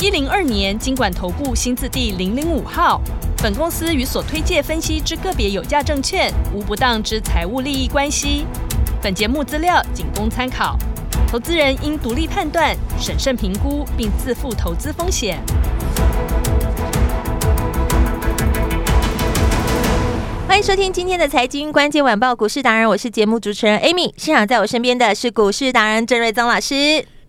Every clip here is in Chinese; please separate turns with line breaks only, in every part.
一零二年经管投顾新字第零零五号。本公司与所推介分析之个别有价证券无不当之财务利益关系。本节目资料仅供参考，投资人应独立判断、审慎评估，并自负投资风险。
欢迎收听今天的财经关键晚报股市达人，我是节目主持人 Amy。现场在我身边的是股市达人郑瑞宗老师，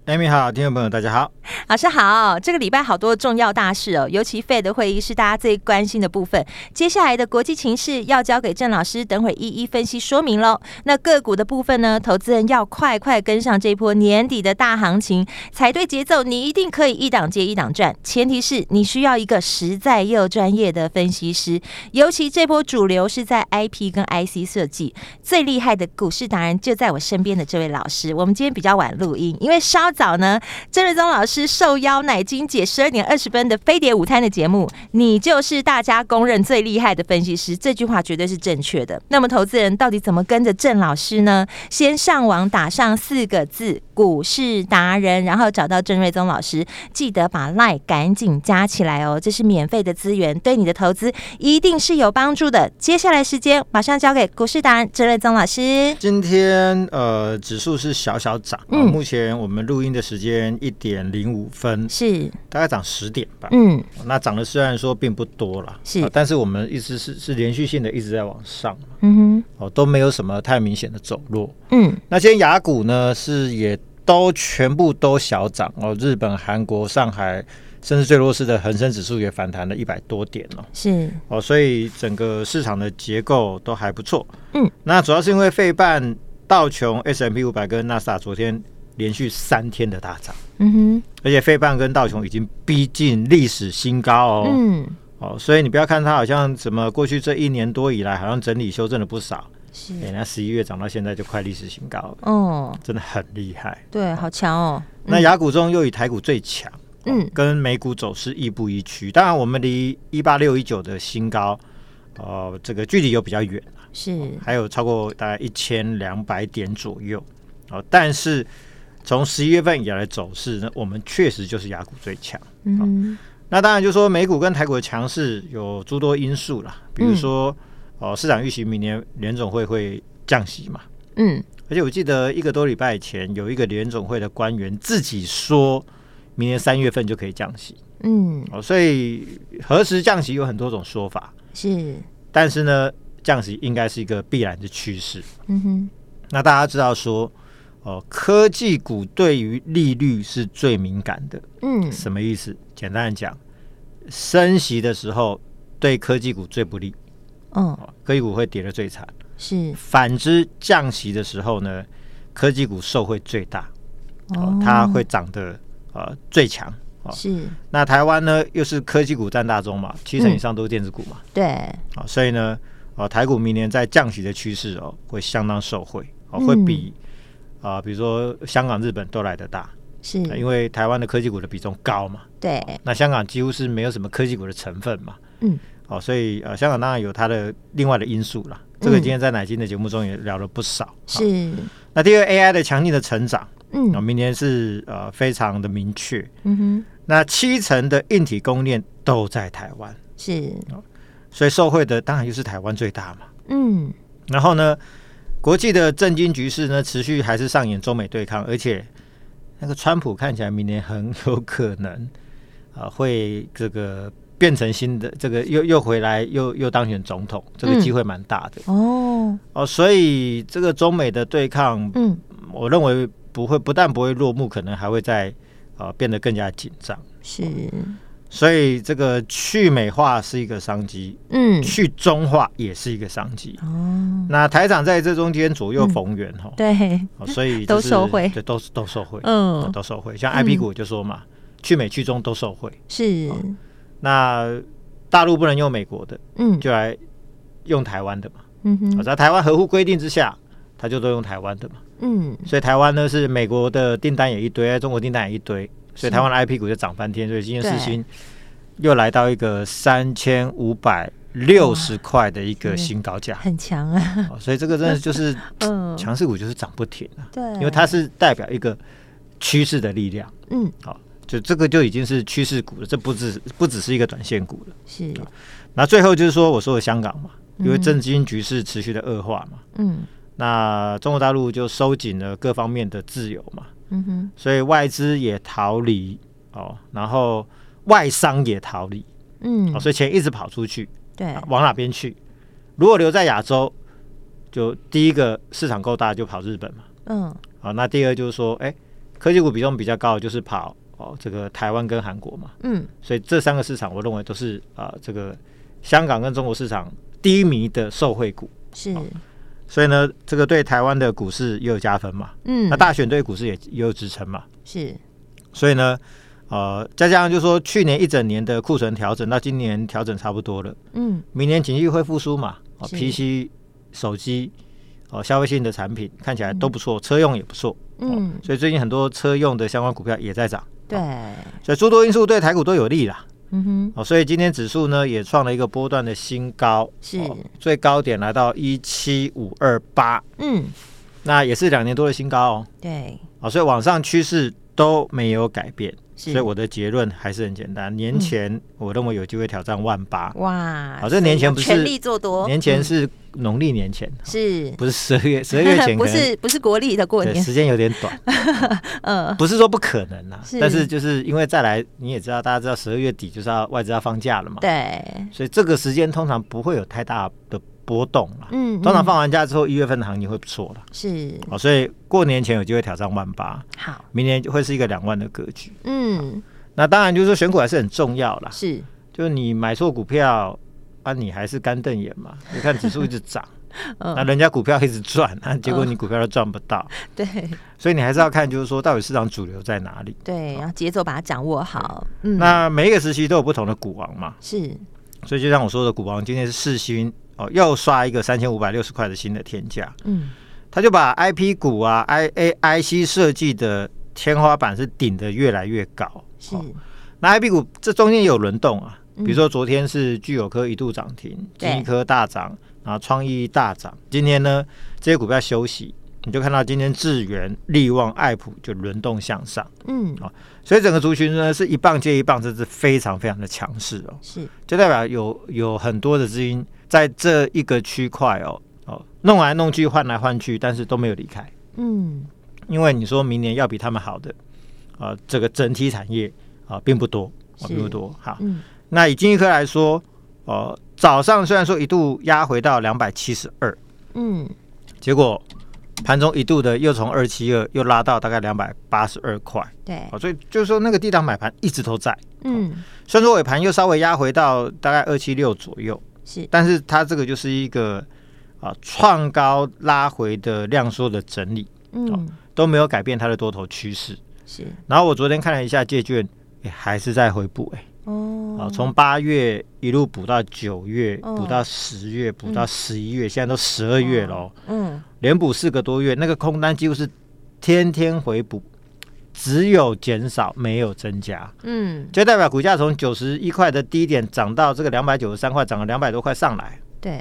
Amy 好，听众朋友大家好。
老师好。这个礼拜好多重要大事哦，尤其 Fed 的会议是大家最关心的部分。接下来的国际情势要交给郑老师，等会一一分析说明喽。那个股的部分呢，投资人要快快跟上这一波年底的大行情，踩对节奏，你一定可以一档接一档赚。前提是你需要一个实在又专业的分析师，尤其这波主流是在 IP 跟 IC 设计，最厉害的股市达人就在我身边的这位老师。我们今天比较晚录音，因为稍早呢，郑瑞宗老师受邀乃金姐十二点二十分的飞碟午餐的节目，你就是大家公认最厉害的分析师，这句话绝对是正确的。那么投资人到底怎么跟着郑老师呢？先上网打上四个字“股市达人”，然后找到郑瑞宗老师，记得把 Line 赶紧加起来哦，这是免费的资源，对你的投资一定是有帮助的。接下来时间马上交给股市达人郑瑞宗老师。
今天呃，指数是小小涨、啊
嗯
目前我们录音的时间一点零五分，
是，
大概涨十点吧。
嗯，
那涨的虽然说并不多啦，
是
啊但是我们一直是是连续性的一直在往上嘛，
嗯
哦，都没有什么太明显的走弱。
哼，嗯，
那今天雅股呢是也都全部都小涨哦，日本、韩国、上海，甚至最弱势的恒生指数也反弹了一百多点哦。
是，
哦，所以整个市场的结构都还不错。
嗯，
那主要是因为费半、道琼、S M P 五百跟纳斯达昨天连续三天的大涨，
嗯哼，
而且费半跟道琼已经逼近历史新高哦。
嗯，
哦，所以你不要看它好像怎么过去这一年多以来好像整理修正了不少，哎、
是，
那十一月涨到现在就快历史新高了，
哦，
真的很厉害。
对，好强哦，
那雅股中又以台股最强。哦
嗯
跟美股走势亦步亦趋。当然，我们离一八六一九的新高，呃，这个距离又比较远。
是，
还有超过大概一千两百点左右。哦，但是从十一月份以来的走势呢，我们确实就是雅股最强。
嗯，
那当然就说美股跟台股的强势有诸多因素啦，比如说、哦，市场预期明年联总会会降息嘛，
嗯，
而且我记得一个多礼拜前有一个联总会的官员自己说。明年三月份就可以降息
嗯，
哦，所以何时降息有很多种说法，
是，
但是呢，降息应该是一个必然的趋势。
嗯哼，
那大家知道说，哦，科技股对于利率是最敏感的，
嗯，
什么意思？简单地讲，升息的时候对科技股最不利，
哦，
哦，科技股会跌得最惨。
是，
反之，降息的时候呢，科技股受惠最大，
哦，
它会涨得呃最强。哦，
是，
那台湾呢，又是科技股占大宗嘛，七成以上都是电子股嘛，
对，
啊、所以呢，哦，台股明年在降息的趋势哦，会相当受惠，哦，
嗯
会比啊、比如说香港、日本都来得大，
是，
呃因为台湾的科技股的比重高嘛，
对，
那香港几乎是没有什么科技股的成分嘛，
嗯，
哦，所以呃，香港当然有它的另外的因素啦，这个
嗯
今天在奶金的节目中也聊了不少。好
是，
那第二，AI 的强劲的成长，啊、
嗯，
明年是呃非常的明确，
嗯哼，
那七成的硬体供应链都在台湾，
是，
所以受惠的当然就是台湾最大嘛。
嗯，
然后呢，国际的震惊局势呢，持续还是上演中美对抗，而且那个川普看起来明年很有可能啊、会这个变成新的这个又又回来又又当选总统，这个
嗯
机会蛮大的、
哦，
哦。所以这个中美的对抗，
嗯，
我认为不会不但不会落幕，可能还会在啊、变得更加紧张。
是，
所以这个去美化是一个商机，
嗯，
去中化也是一个商机。
哦，
那台长在这中间左右逢源哈、
对，
哦，所 以
都
就是
受惠
对，都都受惠，哦
嗯
都受惠。像
嗯
IP 股就说嘛，去美去中都受惠。
是，
那大陆不能用美国的，
嗯，
就来用台湾的嘛。
嗯
哦
哼，
在台湾合乎规定之下，他就都用台湾的嘛。
嗯，
所以台湾呢是美国的订单也一堆，中国订单也一堆，所以台湾的 IP 股就涨翻天。所以今天四星又来到一个三千五百六十块的一个新高 价、
很强啊，
哦所以这个真的就是
嗯，
强势股就是涨不停啊，
对，
因为它是代表一个趋势的力量。
嗯
好、就这个就已经是趋势股了，这不只不只是一个短线股了。
是，
那最后就是说，我说的香港嘛，因为
嗯
政经局势持续的恶化嘛，
嗯
那中国大陆就收紧了各方面的自由嘛，
嗯哼，
所以外资也逃离哦，然后外商也逃离
嗯
哦，，所以钱一直跑出去，
对
啊，往哪边去？如果留在亚洲，就第一个市场够大就跑日本嘛，
嗯
啊、那第二就是说，哎、科技股比重比较高的就是跑哦这个台湾跟韩国嘛，
嗯
所以这三个市场我认为都是啊、这个香港跟中国市场低迷的受惠股，
是，
所以呢，这个对台湾的股市也有加分嘛，
嗯
那大选对股市也也有支撑嘛，
是，
所以呢，呃，再加上就是说去年一整年的库存调整，到今年调整差不多了，
嗯
明年景气会复苏嘛？哦
是
，PC、手机、哦，消费性的产品看起来都不错，车用也不错，
嗯，
所以最近很多车用的相关股票也在涨，
对，
所以诸多因素对台股都有利啦。
嗯哼，
哦，所以今天指数呢也创了一个波段的新高，
是
哦最高点来到一七五二八，
嗯
那也是两年多的新高哦。
对，
哦，所以往上趋势都没有改变。
是，
所以我的结论还是很简单，年前我认为有机会挑战万八，
哇，
好这年前不是
所以要全力做多，
年前
嗯
是农历年前，
是。
不是十二 月，十二月前
嗯不
可能
是不是国历的过
对
年，
时间有点 短，哦
嗯，
不是说不可能啦，
是
但是就是因为再来你也知道，大家知道十二月底就是要外资要放假了嘛，
对，
所以这个时间通常不会有太大的波动啦。
嗯，
通常
嗯
放完假之后，一月份的行情会不错了，
是
哦，所以过年前有机会挑战万八，
好，
明年会是一个两万的格局。
嗯，
那当然就是说选股还是很重要啦，
是
就是你买错股票啊，你还是干瞪眼嘛？你看指数一直涨，那
嗯，
人家股票一直赚，啊，结果你股票都赚不到，
对
所以你还是要看，就是说到底市场主流在哪里。
对，然后节奏把它掌握好，嗯，
那每一个时期都有不同的股王嘛，
是
所以就像我说的，股王今天是世新哦，又刷一个三千五百六十块的新的天价，
嗯
他就把 I P 股啊、I A I C 设计的天花板是顶得越来越高。
是
哦那 I P 股这中间有轮动啊，
嗯
比如说昨天是具有科一度涨停，
对
金一科大涨，然后创意大涨，今天呢这些股票休息，你就看到今天智源、力旺、爱普就轮动向上，
嗯
所以整个族群呢是一棒接一棒，这是非常非常的强势哦，
是
就代表有有很多的资金在这一个区块哦哦弄来弄去换来换去，但是都没有离开，
嗯
因为你说明年要比他们好的啊、这个整体产业啊、并不多。
是
啊并不多，好，
嗯
那以金一科来说，呃，早上虽然说一度压回到两百七十二，
嗯
结果盘中一度的又从二七二又拉到大概两百八十二块，
对
哦，所以就是说那个地档买盘一直都在。
嗯
虽然说尾盘又稍微压回到大概二七六左右，
是
但是它这个就是一个啊创、高拉回的量缩的整理，
嗯
都没有改变它的多头趋势。
是
然后我昨天看了一下借券，也还是在回补哎、啊，
哦
从八月一路补到九月，
哦
补到十月，补到十一月，现在都十二月喽，
嗯
连补四个多月，那个空单几乎是天天回补，只有减少没有增加，
嗯
就代表股价从九十一块的低点涨到这个两百九十三块，涨了两百多块上来，
对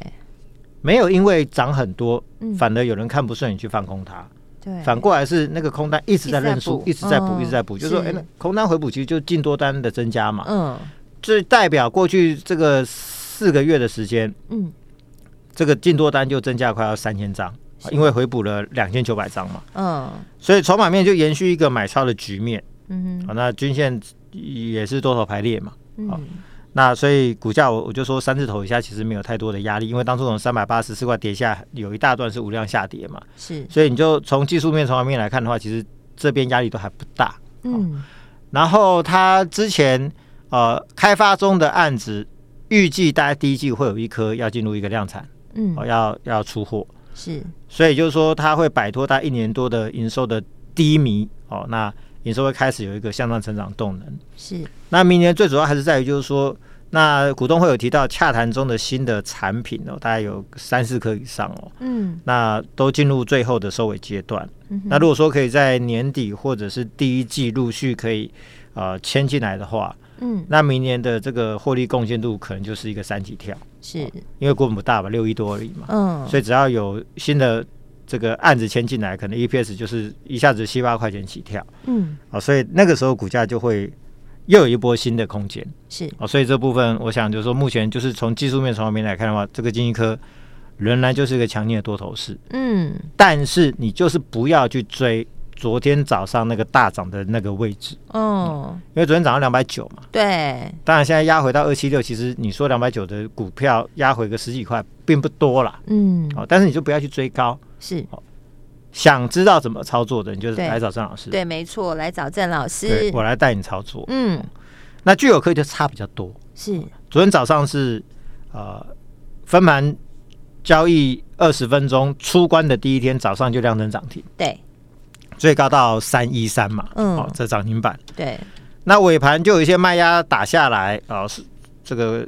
没有因为涨很多
嗯，
反而有人看不顺眼去放空它，
对
反过来是那个空单一直在认输，
哎一
一
直
直
在
在
补
补，一直在
嗯
补，就是说，
是
哎，那空单回补其实就净多单的增加嘛，
嗯
这代表过去这个四个月的时间，
嗯
这个净多单就增加快要三千张，啊因为回补了两千九百张嘛，
嗯
所以筹码面就延续一个买超的局面。
嗯
啊，那均线也是多头排列嘛，
嗯
那所以股价我我就说三字头以下其实没有太多的压力，因为当初从三百八十四块跌下，有一大段是无量下跌嘛，
是
所以你就从技术面筹码面来看的话，其实这边压力都还不大。
嗯
然后它之前呃开发中的案子，预计大概第一季会有一颗要进入一个量产，哦，
嗯
要要出货，
是
所以就是说它会摆脱它一年多的营收的低迷，哦，那营收会开始有一个向上成长动能。
是
那明年最主要还是在于就是说。那股东会有提到洽谈中的新的产品哦，大概有三四颗以上哦，
嗯
那都进入最后的收尾阶段。
嗯哼
那如果说可以在年底或者是第一季陆续可以呃签进来的话，
嗯
那明年的这个获利贡献度可能就是一个三级跳，
是
因为股本不大吧，六亿多而已嘛，
嗯
所以只要有新的这个案子签进来，可能 EPS 就是一下子七八块钱起跳
嗯
啊，所以那个时候股价就会又有一波新的空间
是
啊，所以这部分我想就是说，目前就是从技术面从方面来看的话，这个金济科仍然就是一个强劲的多头市。
嗯
但是你就是不要去追昨天早上那个大涨的那个位置，
哦
因为昨天涨到两百九嘛。
对
当然，现在压回到二七六，其实你说两百九的股票压回个十几块，并不多啦。
嗯
哦，但是你就不要去追高。
是
想知道怎么操作的，你就是
对
来找郑老师。
对没错来找郑老
对，
师
我来带你操作。
嗯
那具有科就差比较多。
是
昨天早上是呃分盘交易二十分钟出关的第一天早上就量增涨停，
对
最高到三一三嘛。
嗯
哦，这涨停板。
对
那尾盘就有一些卖压打下来啊，是这个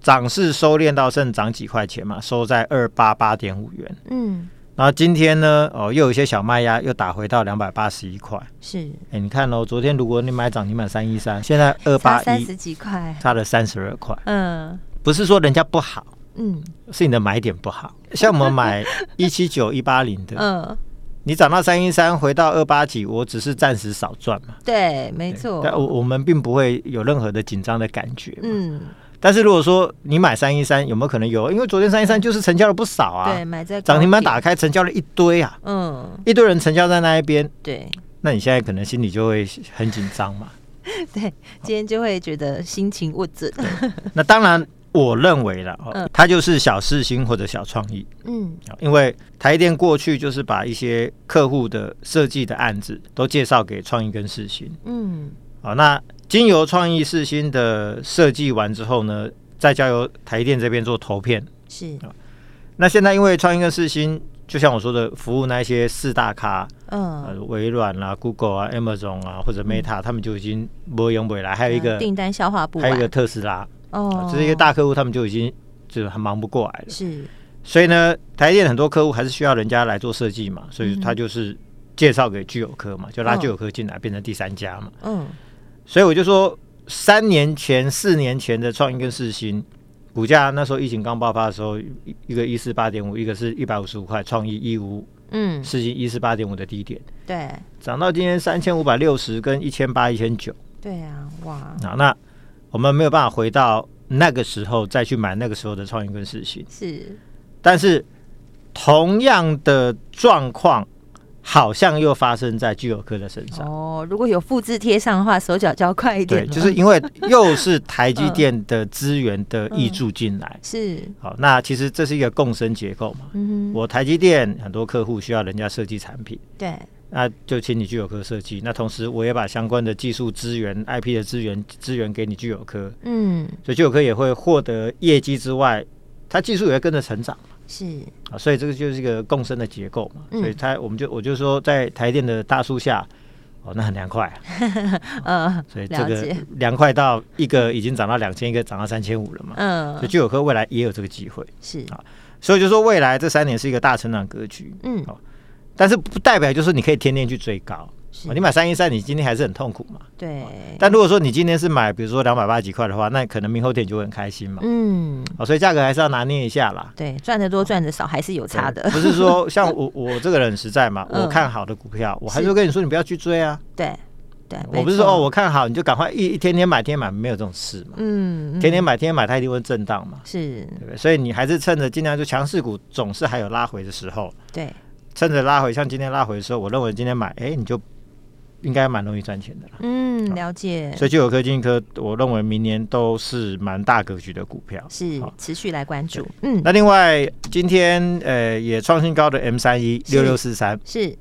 涨势收敛到剩涨几块钱嘛，收在二八八点五元。
嗯
然后今天呢，哦，又有一些小卖压又打回到两百八十一块。
是
哎，你看哦，昨天如果你买涨停板三一三，现在二
差
八
三
一
十几块
差了三十二块，
嗯
不是说人家不好，
嗯
是你的买点不好。像我们 买一七九一八零的，
嗯
你涨到三一三回到二八几，我只是暂时少赚嘛。
对没错
但我我们并不会有任何的紧张的感觉嘛。
嗯
但是如果说你买三一三，有没有可能有？因为昨天三一三就是成交了不少啊
嗯对，买在高
涨停板打
点
开成交了一堆啊，
嗯
一堆人成交在那一边，
对
那你现在可能心里就会很紧张 嘛。
对今天就会觉得心情不准
那当然，我认为了，哦
嗯，
它就是小市心或者小创意，
嗯
哦因为台电过去就是把一些客户的设计的案子都介绍给创意跟世新
嗯
啊、哦那经由创意世新的设计完之后呢，再交由台电这边做投片。
是
那现在因为创意跟世新，就像我说的，服务那些四大咖，呃
嗯，
微软啦、Google 啊、Amazon 啊或者 Meta，、他们就已经不用未来，还有一个、
订单消化嗯不
还有一个
完
特斯拉，
哦
啊这些大客户他们就已经就是很忙不过来了。
是
所以呢，台积电很多客户还是需要人家来做设计嘛，所以他就是介绍给具有科嘛，就拉
嗯
具有科进来变成第三家嘛。
嗯
所以我就说，三年前、四年前的创意跟世新股价，那时候疫情刚爆发的时候，一一个一四八点五，一个是一百五十五块，创意一五
嗯
世新一四八点五的低点，
对
涨到今天三千五百六十跟一千八、一千九
对啊哇
啊，那我们没有办法回到那个时候再去买那个时候的创意跟世新，
是
但是同样的状况好像又发生在聚友科的身上。
哦，如果有复制贴上的话，手脚就要快一点
啊对，
了。
就是因为又是台积电的资源的挹注进来，
是，
好，那其实这是一个共生结构嘛。
嗯哼，
我台积电很多客户需要人家设计产品，
对，
那就请你具有科设计。那同时我也把相关的技术资源、IP 的资源资源给你具有科，
嗯，
所以具有科也会获得业绩之外，它技术也会跟着成长
是，
啊。所以这个就是一个共生的结构嘛。
嗯
所以它我们就我就说在台电的大树下。哦，那很凉快、啊，
呃，
所以这
了
个
解，
凉快到一个已经涨到两千，一个涨到三千五了嘛。所以
嗯，
聚友科未来也有这个机会，
是，
所以就说未来这三年是一个大成长格局，
嗯，
但是不代表就是你可以天天去追高。
是
哦你买三一三，你今天还是很痛苦嘛。
对，
但如果说你今天是买，比如说两百八几块的话，那可能明后天你就会很开心嘛。
嗯，
哦，所以价格还是要拿捏一下啦。
对，赚的多赚的少还是有差的，
不是说像 我我这个人很实在嘛，
嗯
我看好的股票，我还是会跟你说你不要去追啊。
对，对，
我不是说哦，我，看好你就赶快一一天天买，天天买，没有这种事嘛。
嗯，嗯
天天买，天天买，它一定会震荡嘛，
是，
对不对？所以你还是趁着尽量就强势股总是还有拉回的时候，
对，
趁着拉回，像今天拉回的时候，我认为今天买，哎、你就应该蛮容易赚钱的啦。
嗯，了解，
所以就有科金科，我认为明年都是蛮大格局的股票。
是
好
持续来关注，嗯，
那另外，今天呃也创新高的 M 三一
是
六六四三，
是，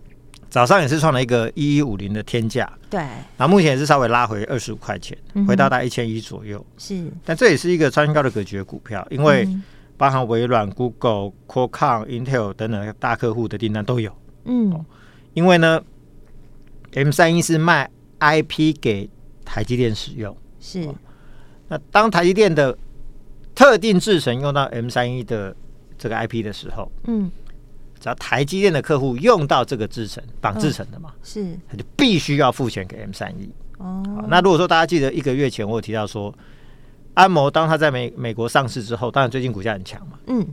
早上也是创了一个一一五零的天价，
对，
那目前也是稍微拉回二十五块钱
嗯，哼
回到大概一千一左右。
是，
但这也是一个创新高的格局的股票，因为
嗯
包含微软、Google、Qualcomm、Intel 等等大客户的订单都有。
嗯，
因为呢，M 三一是卖 IP 给台积电使用，
是，
那当台积电的特定制程用到 M 三一的这个 IP 的时候，
嗯，
只要台积电的客户用到这个制程绑制程的嘛，
是
他就必须要付钱给 M 三一。
哦，
好那如果说大家记得一个月前我有提到说，安谋当它在美美国上市之后，当然最近股价很强嘛，
嗯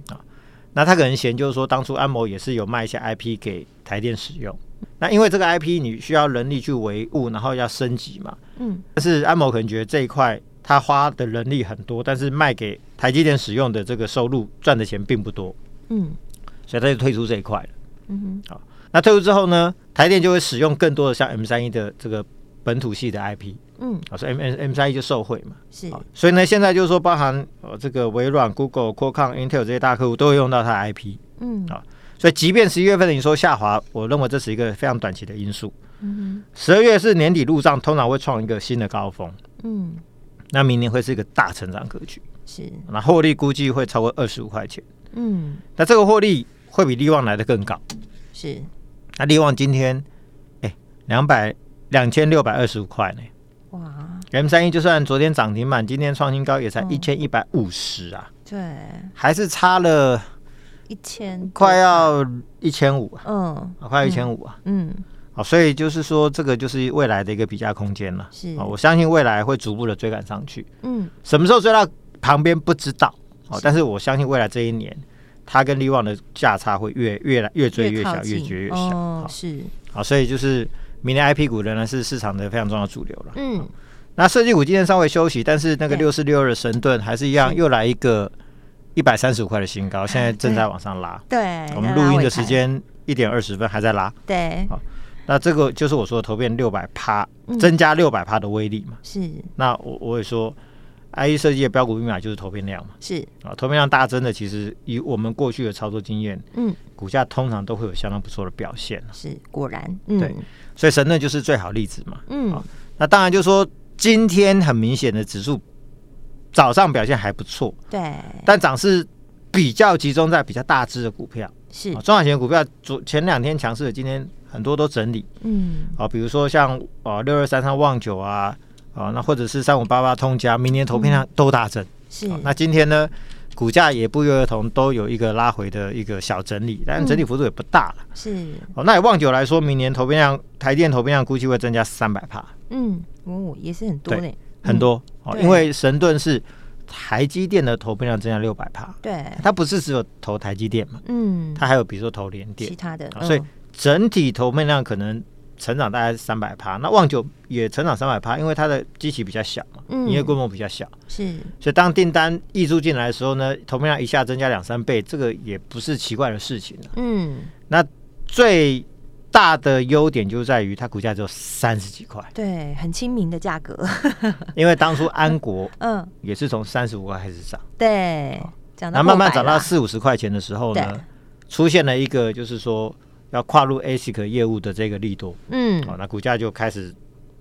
那他可能嫌就是说，当初安谋也是有卖一些 IP 给台电使用，那因为这个 IP 你需要人力去维护，然后要升级嘛，
嗯
但是安谋可能觉得这一块他花的人力很多，但是卖给台积电使用的这个收入赚的钱并不多，
嗯
所以他就退出这一块了。
嗯哼
那退出之后呢，台电就会使用更多的像 M 三一的这个本土系的 IP，
嗯
啊，所以 M M M 三一就受惠嘛。
是
啊所以呢，现在就是说，包含呃这个微软、Google、Qualcomm、Intel 这些大客户都会用到它的 IP。
嗯
好所以，即便十一月份的营收下滑，我认为这是一个非常短期的因素。
嗯
十二月是年底入账，通常会创一个新的高峰，
哼嗯
那明年会是一个大成长格局，
是
那获利估计会超过二十五块钱。
嗯
那这个获利会比利旺来的更高。
是
那利旺今天，哎，两百两千六百二十五块呢。
哇
M 三一就算昨天涨停板，今天创新高也才
嗯
一千一百五十啊，
对
还是差了。
一千
快要一千五
嗯
啊，快要一千五啊，
嗯
好、所以就是说这个就是未来的一个比价空间了。
是
啊，我相信未来会逐步的追赶上去，
嗯
什么时候追到旁边不知道哦，但是我相信未来这一年。它跟利旺的价差会越越来越追越
靠
小，越
近
追越小。好、
哦是
好所以就是明年 I P 股仍然是市场的非常重要的主流了。
嗯
那设计股今天稍微休息，但是那个
对
六四六二的神盾还是一样，
是哎
又来一个一百三十五块的新高，现在正在往上拉。
对
我
那
们
哎拉
录音
尾
的时
盘
间一点二十分还在拉，
对
那这个就是我说的投变六百趴
嗯，
增加六百趴的威力嘛。
是
那我我也说，IE 设计的标股密码就是投变量嘛。
是
啊，投变量大增的，其实以我们过去的操作经验，
嗯
股价通常都会有相当不错的表现啊
是果然嗯
对所以神盾就是最好例子嘛。
嗯
好那当然就说今天很明显的指数早上表现还不错，
对
但涨势比较集中在比较大只的股票，
是
啊中小型的股票昨前两天强势的，今天很多都整理。
嗯
啊，比如说像啊六二三三旺九啊，啊那或者是三五八八通家，明年投片量都大增、
是
啊那今天呢，股价也不约而同都有一个拉回的一个小整理，但整理幅度也不大了。
是
哦、那以旺九来说，明年投片量台电投片量估计会增加三百帕，
嗯哦也是很多
对
嘞
很多、哦，
对
因为神盾是台积电的投片量增加六百帕，
对
它不是只有投台积电嘛，
嗯
它还有比如说投联电
其，他的
啊所以
嗯
整体投片量可能成长大概三百趴，那旺九也成长三百趴，因为它的机器比较小嘛，
嗯
营业规模比较小，
是
所以当订单溢出进来的时候呢，投片量一下增加两三倍，这个也不是奇怪的事情啊、
嗯
最大的优点就在于它股价只有三十几块，
对很亲民的价格
因为当初安国
嗯
也是从三十五块开始涨，
对讲
然
到
后慢慢
后
涨
百
到
啦
四五十块钱的时候
对
呢，出现了一个就是说要跨入 ASIC 业务的这个利多，
嗯
哦，那股价就开始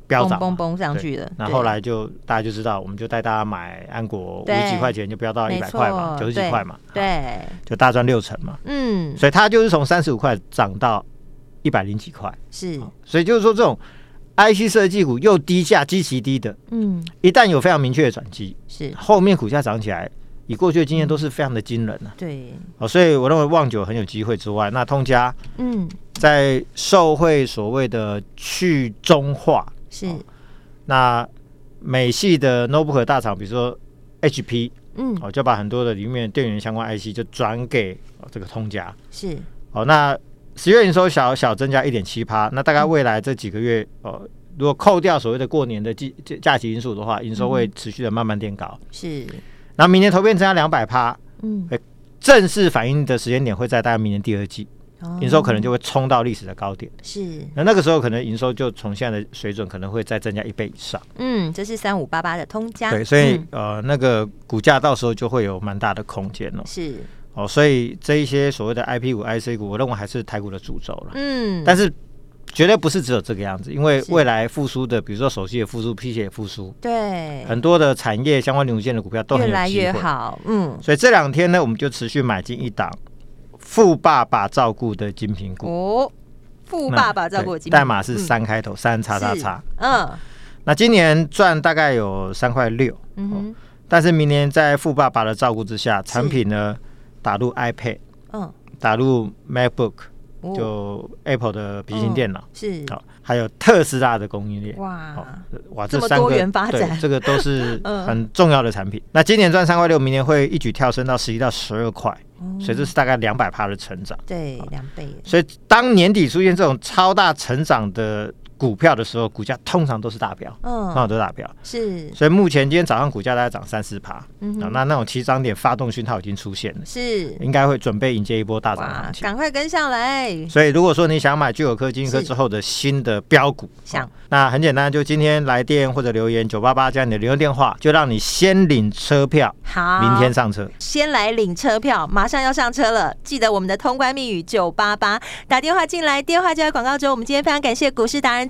飙
嘣
涨嘛。
嘣嘣上
对
去了
那
对
后来就大家就知道，我们就带大家买安国五
对
十几块钱就飙到
没
一百块嘛，
错
九十几块嘛，啊，
对
就大赚六成嘛。
嗯
所以它就是从三十五块涨到一百零几块。
是
所以就是说，这种 IC 设计股又低价、基期低的，
嗯
一旦有非常明确的转机，
是
后面股价涨起来，以过去的经验都是非常的惊人啊。
对
哦，所以我认为旺九很有机会之外，那通家
嗯
在受惠所谓的去中化，
是
哦那美系的 notebook 大厂，比如说 HP，
嗯
哦，就把很多的里面电源相关 IC 就转给、哦、这个通家。
是
哦，那十月营收小小增加一点七趴，那大概未来这几个月，哦，如果扣掉所谓的过年的季假假期因素的话，营收会持续的慢慢垫高。
是
那明年投片增加两百趴，
嗯
正式反映的时间点会在大概明年第二季，
哦
营收可能就会冲到历史的高点。
是
那那个时候可能营收就从现在的水准可能会再增加一倍以上。
嗯这是三五八八的通家
对，所以、
嗯
呃，那个股价到时候就会有蛮大的空间了。
是
哦，所以这一些所谓的 IP 股、IC 股，我认为还是台股的主轴了。
嗯
但是绝对不是只有这个样子，因为
是
未来复苏的，比如说手机也复苏，皮鞋也复苏，
对
很多的产业相关零组件的股票都很
越
有
来
机
越
会。
好嗯
所以这两天呢，我们就持续买进一档富爸爸照顾的精品股。
哦富
富
爸爸照顾我今天
代码是三开头，三叉叉叉。
嗯
那今年赚大概有三块六，
嗯哼，
但是明年在富爸爸的照顾之下，产品呢打入 iPad，
嗯，
打入 MacBook，
哦嗯
就 Apple 的笔型电脑，
是
好、还有特斯拉的供应链。好
哇，
哇，
这么
三
多
个
元发
对
展
这个都是
嗯
很重要的产品。那今年赚三块六，明年会一举跳升到十一到十二块，
哦
所以这是大概两百趴的成长。
对两倍，
所以当年底出现这种超大成长的股票的时候，股价通常都是达标，通常
嗯，
都是达标。
是
所以目前今天早上股价大概涨三四趴，啊、
嗯哼
那那种起涨点发动讯号已经出现了，
是，
应该会准备迎接一波大涨
哇
行，情。
赶快跟上来，
所以如果说你想买聚友科、金科
是
之后的新的标股，
想
哦那很简单，就今天来电或者留言九八八加你的留言电话，就让你先领车票，
好，
明天上车。
先来领车票，马上要上车了。记得我们的通关密语九八八，打电话进来，电话就在广告中。我们今天非常感谢股市达人